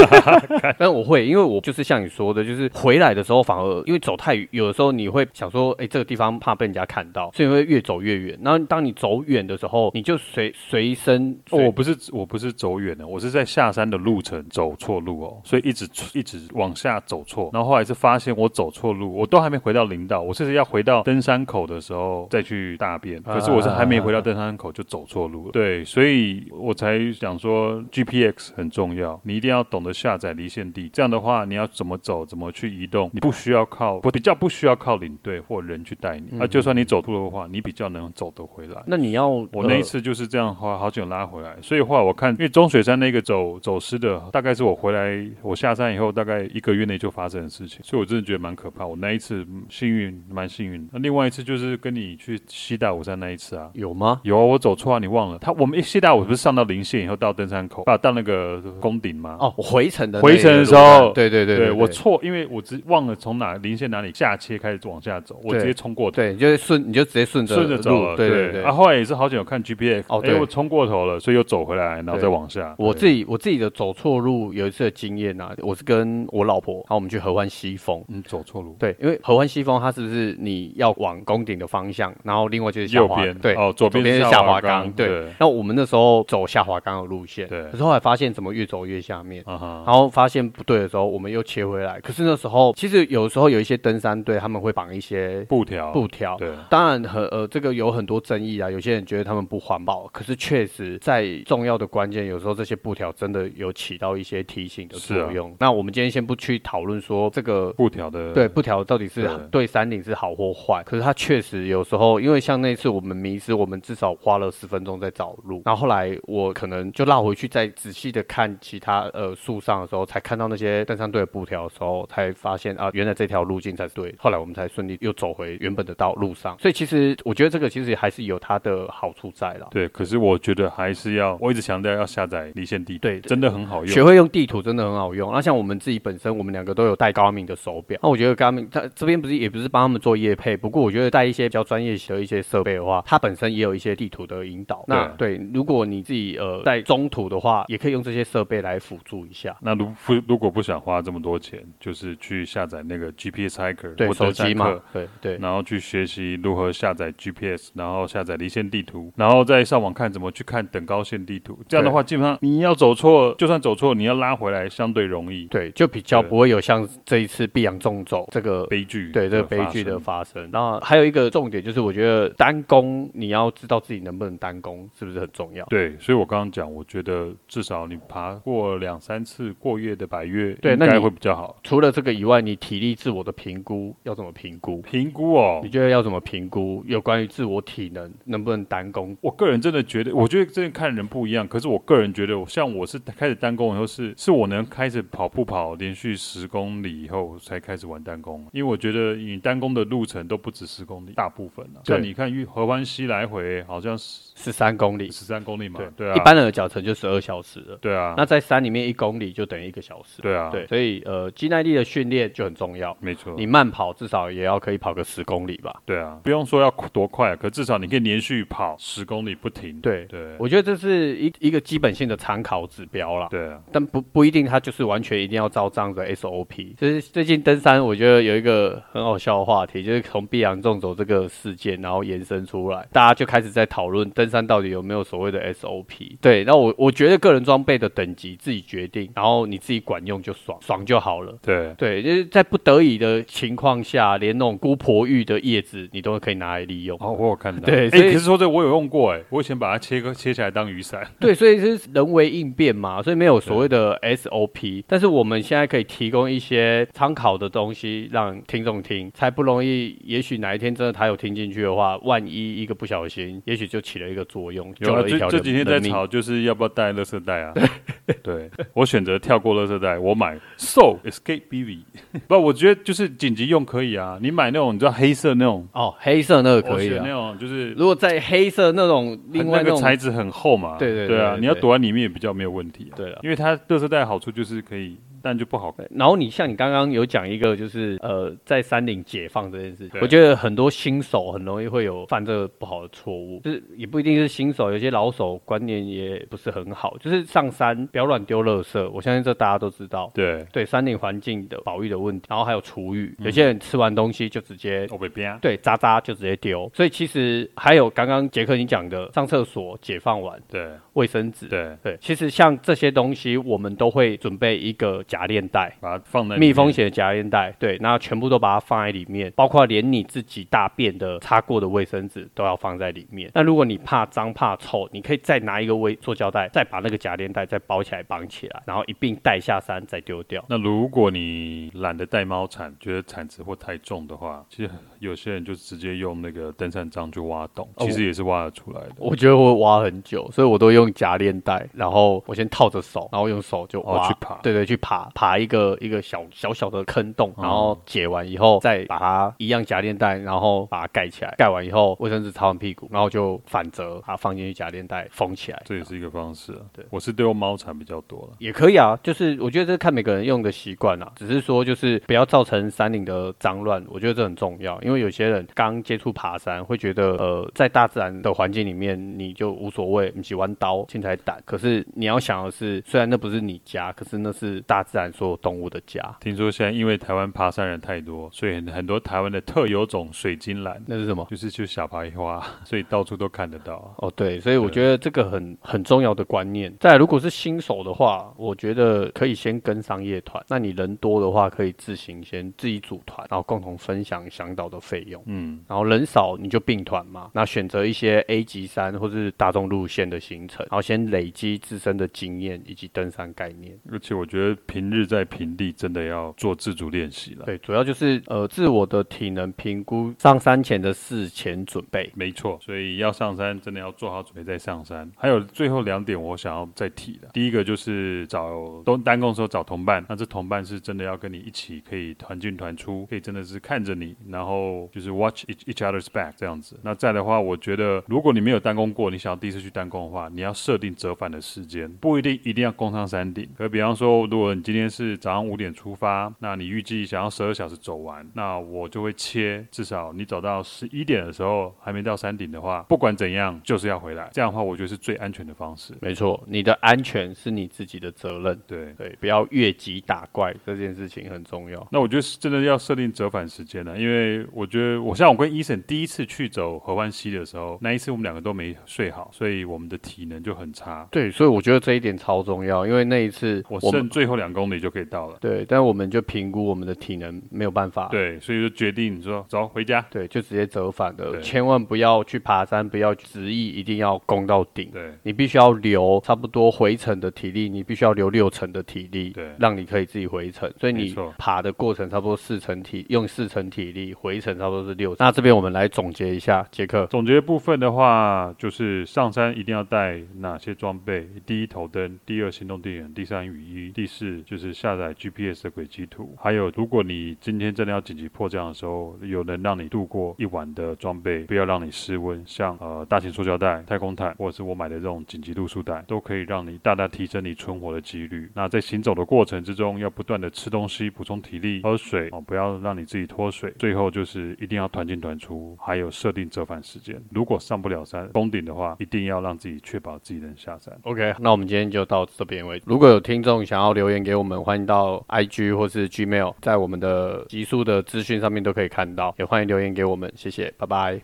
Speaker 1: 但我会，因为我就是像你说的，就是回来的时候反而因为走太远，有的时候你会想说，哎、这个地方怕被人家看到，所以会越走越远。远。然后当你走远的时候，你就随随身
Speaker 2: 哦，
Speaker 1: 随
Speaker 2: 我不是我不是走远了，我是在下山的路程走错路哦，所以一直一直往下走错，然后后来是发现我走错路，我都还没回到林道，我甚至要回到登山口的时候再去大便，可是我是还没回到登山口就走错路了。对，所以我才想说 GPX 很重要，你一定要懂得下载离线地，这样的话你要怎么走，怎么去移动，你不需要靠不比较不需要靠领队或人去带你，啊，就算你走错路的话，你比较能走得回来。
Speaker 1: 那你要呃我
Speaker 2: 我那一次就是这样花好久拉回来，所以后来我看，因为中水山那个走走失的，大概是我回来我下山以后大概一个月内就发生的事情，所以我真的觉得蛮可怕。我那一次嗯幸运蛮幸运的，那另外一次就是跟你去西大武山那一次啊。
Speaker 1: 有吗？
Speaker 2: 有啊，我走错啊，你忘了？他我们一西大武不是上到林线以后到登山口，啊，到那个宫顶吗？
Speaker 1: 哦，我回程的那
Speaker 2: 回程
Speaker 1: 个
Speaker 2: 的
Speaker 1: 路
Speaker 2: 时候
Speaker 1: 段对对对
Speaker 2: 对我错，因为我只忘了从哪林线哪里下切开始往下走，我
Speaker 1: 对
Speaker 2: 直接冲过头。
Speaker 1: 对，你就是顺，你就直接顺着
Speaker 2: 顺着走
Speaker 1: 路，
Speaker 2: 了，
Speaker 1: 对对
Speaker 2: 啊，
Speaker 1: 对。
Speaker 2: 后来也是好久有看 GPS，
Speaker 1: 哦
Speaker 2: 哎
Speaker 1: 对
Speaker 2: 我冲过头了，所以又走回来，然后
Speaker 1: 对
Speaker 2: 再往下。
Speaker 1: 我
Speaker 2: 对
Speaker 1: 自己我自己的走错路有一次的经验啊，我是跟我老婆，然后我们去合欢西峰。
Speaker 2: 嗯走错路，
Speaker 1: 对，因为合欢西峰它是不是你要往宫顶的方向，然后另外就是下
Speaker 2: 右
Speaker 1: 滑
Speaker 2: 边
Speaker 1: 对，
Speaker 2: 哦左边
Speaker 1: 边
Speaker 2: 是
Speaker 1: 是
Speaker 2: 下
Speaker 1: 下
Speaker 2: 滑
Speaker 1: 滑
Speaker 2: 缸
Speaker 1: 缸，
Speaker 2: 对
Speaker 1: 对。那我们那时候走下滑缸的路线，
Speaker 2: 对
Speaker 1: 可是后来发现怎么越走越下面。
Speaker 2: 啊哈，
Speaker 1: 然后发现不对的时候，我们又切回来。可是那时候，其实有时候有一些登山队他们会绑一些
Speaker 2: 布条
Speaker 1: 布条，
Speaker 2: 对
Speaker 1: 当然很呃，这个有很多争议啊。有些人觉得他们不环保，可是确实在重要的关键，有时候这些布条真的有起到一些提醒的
Speaker 2: 啊
Speaker 1: 作用。那我们今天先不去讨论说这个
Speaker 2: 布条的
Speaker 1: 对布条到底是
Speaker 2: 对
Speaker 1: 对山顶是好或坏，可是它确实有时候，因为像那次我们迷失，我们至少花了十分钟在找路，然后后来我可能就绕回去再仔细的看其他呃树上的时候，才看到那些登山队的布条的时候，才发现啊，原来这条路径才是对的。后来我们才顺利又走回原本的道路上，所以其实我觉得这个其实还是有它的好处在啦。
Speaker 2: 对，可是我觉得还是要，我一直强调要下载离线地图，
Speaker 1: 对对
Speaker 2: 真的很好
Speaker 1: 学
Speaker 2: 用。
Speaker 1: 会用地图真的很好用。那像我们自己本身，我们两个都有戴高明的手表。那我觉得高明，它这边不是也不是帮他们做业配，不过我觉得带一些比较专业的一些设备的话，它本身也有一些地图的引导。那对，如果你自己呃在中途的话，也可以用这些设备来辅助一下。
Speaker 2: 那如不如果不想花这么多钱，就是去下载那个 GPS Hiker
Speaker 1: 对
Speaker 2: 或
Speaker 1: 手
Speaker 2: 登山
Speaker 1: 机嘛
Speaker 2: 客，
Speaker 1: 对对
Speaker 2: 然后去学习如何下载 GPS，然后下载离线地图，然后再上网看怎么去看等高线地图。这样的话，基本上你要走错，就算走错，你要拉回来相对容易。
Speaker 1: 对，就比较
Speaker 2: 对
Speaker 1: 不会有像这一次碧阳纵走这个
Speaker 2: 悲剧
Speaker 1: 对这个悲剧的发生。然后还有一个重点就是，我觉得单攻你要知道自己能不能单攻，是不是很重要？
Speaker 2: 对，所以我刚刚讲，我觉得至少你爬过两三次过夜的百越，
Speaker 1: 对
Speaker 2: 应
Speaker 1: 那
Speaker 2: 该
Speaker 1: 你
Speaker 2: 会比较好。
Speaker 1: 除了这个以外，你体力自我的评估要怎么评估？
Speaker 2: 评估哦
Speaker 1: 你，觉得要怎么评估有关于自我体能能不能单攻？
Speaker 2: 我个人真的觉得，我觉得真的看人不一样。可是我个人觉得，我像我是开始单攻以后是，是我能开始跑步跑连续十公里以后才开始玩单攻，因为我觉得你单攻的路程都不止十公里，大部分啊。
Speaker 1: 对
Speaker 2: 像你看玉合欢西来回好像十
Speaker 1: 十三公里，
Speaker 2: 十三公里嘛，对
Speaker 1: 一
Speaker 2: 啊，
Speaker 1: 般人的脚程就十二小时了。
Speaker 2: 对啊
Speaker 1: 那，在山里面一公里就等于一个小时。
Speaker 2: 对啊，
Speaker 1: 对，，所以呃，肌耐力的训练就很重要。
Speaker 2: 没错，
Speaker 1: 你慢跑至少也要可以跑个十公里吧。
Speaker 2: 对啊，不用说要多快，可至少你可以连续跑十公里不停。
Speaker 1: 对
Speaker 2: 对，
Speaker 1: 我觉得这是一一个基本性的参考指标啦。
Speaker 2: 对啊，
Speaker 1: 但不不一定，他就是完全一定要照这样的 SOP。就是最近登山，我觉得有一个很好笑的话题，就是从碧阳纵走这个事件，然后延伸出来，大家就开始在讨论登山到底有没有所谓的 SOP。对，那我我觉得个人装备的等级自己决定，然后你自己管用就爽，爽就好了。
Speaker 2: 对
Speaker 1: 对，就是在不得已的情况下，连那种姑婆芋的叶子，你都可以拿来利用。
Speaker 2: 哦，我有看到。
Speaker 1: 对
Speaker 2: 哎、
Speaker 1: 所以
Speaker 2: 可是说这我有用过哎、我以前把它切割切起来当 雨伞。
Speaker 1: 对，所以是人为应变嘛，所以没有所谓的 SOP。但是我们现在可以提供一些参考的东西让听众听，才不容易。也许哪一天真的他有听进去的话，万一一个不小心，也许就起了一个作用，
Speaker 2: 有
Speaker 1: 救
Speaker 2: 啊，
Speaker 1: 了一
Speaker 2: 这
Speaker 1: 条
Speaker 2: 这
Speaker 1: 人
Speaker 2: 几天在
Speaker 1: 人命
Speaker 2: 吵，就是要不要带垃圾袋啊？ 对，我选择跳过垃圾袋，我买 So Escape BB。不， 我觉得就是紧急用可以啊。你买那种你知道黑色那种，
Speaker 1: 哦，黑色那个
Speaker 2: 我
Speaker 1: 可以
Speaker 2: 选那
Speaker 1: 啊。
Speaker 2: 种就是
Speaker 1: 如果在黑色那种另外
Speaker 2: 那个
Speaker 1: 种
Speaker 2: 材质很厚嘛。
Speaker 1: 对对
Speaker 2: 对啊，
Speaker 1: 对对
Speaker 2: 你要躲在里面也比较没有问题啊。
Speaker 1: 对了
Speaker 2: 因为它垃圾袋的好处就是可以但就不好
Speaker 1: 对然后你像你刚刚有讲一个，就是呃，在山顶解放这件事
Speaker 2: 对，
Speaker 1: 我觉得很多新手很容易会有犯这个不好的错误，就是也不一定是新手，有些老手观念也不是很好，就是上山不要乱丢垃圾，我相信这大家都知道。
Speaker 2: 对，
Speaker 1: 对山顶环境的保育的问题，然后还有厨余，
Speaker 2: 嗯
Speaker 1: 有些人吃完东西就直接
Speaker 2: 我被编，
Speaker 1: 对渣渣就直接丢，所以其实还有刚刚杰克你讲的上厕所解放完
Speaker 2: 对
Speaker 1: 卫生纸，
Speaker 2: 对，
Speaker 1: 对，其实像这些东西，我们都会准备一个夹链袋。
Speaker 2: 把它放在里面
Speaker 1: 密封型的夹链袋，对，那全部都把它放在里面，包括连你自己大便的擦过的卫生纸都要放在里面。那如果你怕脏怕臭，你可以再拿一个微塑胶袋，再把那个夹链袋再包起来绑起来，然后一并带下山再丢掉。
Speaker 2: 那如果你懒得带猫铲，觉得铲子或太重的话，其实有些人就直接用那个登山杖去挖洞，
Speaker 1: 哦
Speaker 2: 其实也是挖得出来的。
Speaker 1: 我觉得我会挖很久，所以我都用夹链袋，然后我先套着手，然后用手就挖、
Speaker 2: 哦去爬
Speaker 1: 对对，去爬爬一个一个小小小的坑洞，然
Speaker 2: 哦
Speaker 1: 后解完以后再把它一样夹链袋，然后把它盖起来，盖完以后卫生纸擦完屁股，然后就反折把它放进去夹链袋封起来。
Speaker 2: 这也是一个方式、啊。
Speaker 1: 对
Speaker 2: 我是丢猫铲比较多了。
Speaker 1: 也可以啊，就是我觉得这看每个人用的习惯啦，只是说就是不要造成山林的脏乱，我觉得这很重要，因为有些人刚接触爬山会觉得，呃，在大自然的环境里面你就无所谓，你喜欢刀、青菜、胆，可是你要想的是，虽然那不是你家，可是那是大自然所有动物的家，
Speaker 2: 听说现在因为台湾爬山人太多，所以很很多台湾的特有种水晶兰，
Speaker 1: 那是什么？
Speaker 2: 就是去小白花，所以到处都看得到啊。
Speaker 1: 哦，对，所以我觉得这个很很重要的观念。再来如果是新手的话，我觉得可以先跟商业团。那你人多的话，可以自行先自己组团，然后共同分享向导的费用。
Speaker 2: 嗯，
Speaker 1: 然后人少你就并团嘛，那选择一些 A 级山或是大众路线的行程，然后先累积自身的经验以及登山概念。
Speaker 2: 而且我觉得平日在平地真的要做自主练习了。，
Speaker 1: 对，主要就是呃自我的体能评估，上山前的事前准备。
Speaker 2: 没错，所以要上山真的要做好准备再上山。还有最后两点，我想要再提的，第一个就是找都单工的时候找同伴，那这同伴是真的要跟你一起，可以团进团出，可以真的是看着你，然后就是 watch each each other's back 这样子。那再的话，我觉得如果你没有单工过，你想要第一次去单工的话，你要设定折返的时间，不一定一定要攻上山顶。可比方说，如果你今天是早上五点出发，那你预计想要十二小时走完，那我就会切，至少你走到十一点的时候还没到山顶的话，不管怎样就是要回来。这样的话，我觉得是最安全的方式。
Speaker 1: 没错，你的安全是你自己的责任。
Speaker 2: 对。
Speaker 1: 对，不要越级打怪，这件事情很重要。
Speaker 2: 那我觉得是真的要设定折返时间了，因为我觉得我像我跟医生第一次去走合欢溪的时候，那一次我们两个都没睡好，所以我们的体能就很差。
Speaker 1: 对，所以我觉得这一点超重要，因为那一次
Speaker 2: 我
Speaker 1: 我
Speaker 2: 剩
Speaker 1: 们
Speaker 2: 最后两公里就可以到了，
Speaker 1: 对，但我们就评估我们的体能没有办法，
Speaker 2: 对，所以就决定说走回家。
Speaker 1: 对，就直接折返了。
Speaker 2: 对
Speaker 1: 千万不要去爬山，不要执意一定要攻到顶。
Speaker 2: 对，
Speaker 1: 你必须要留差不多回程的体力，你必须要留六成的体力，
Speaker 2: 对
Speaker 1: 让你可以自己回程。所以
Speaker 2: 没
Speaker 1: 你
Speaker 2: 错
Speaker 1: 爬的过程差不多四成体，用四成体力，回程差不多是六成。那这边我们来总结一下，杰克，
Speaker 2: 总结部分的话，就是上山一定要带哪些装备？第一，头灯；第二，行动电源；第三，雨衣；第四，就是下载 GPS 的轨迹图。还有，如果你今天真的要紧急迫降的时候，有能让你度过一晚的装备，不要让你失温，像呃大型塑胶袋、太空毯，或者是我买的这种紧急露宿袋，都可以让你大大提升你存活的几率。那在行走的过程之中，要不断的吃东西，补充体力，喝水哦，不要让你自己脱水。最后就是一定要团进团出，还有设定折返时间。如果上不了山攻顶的话，一定要让自己确保自己能下山。
Speaker 1: OK，那我们今天就到这边为止。如果有听众想要留言给我们，欢迎到 IG 或是 Gmail，在我们的集数的资讯上面都可以看到，也欢迎留言给我们，谢谢，拜拜。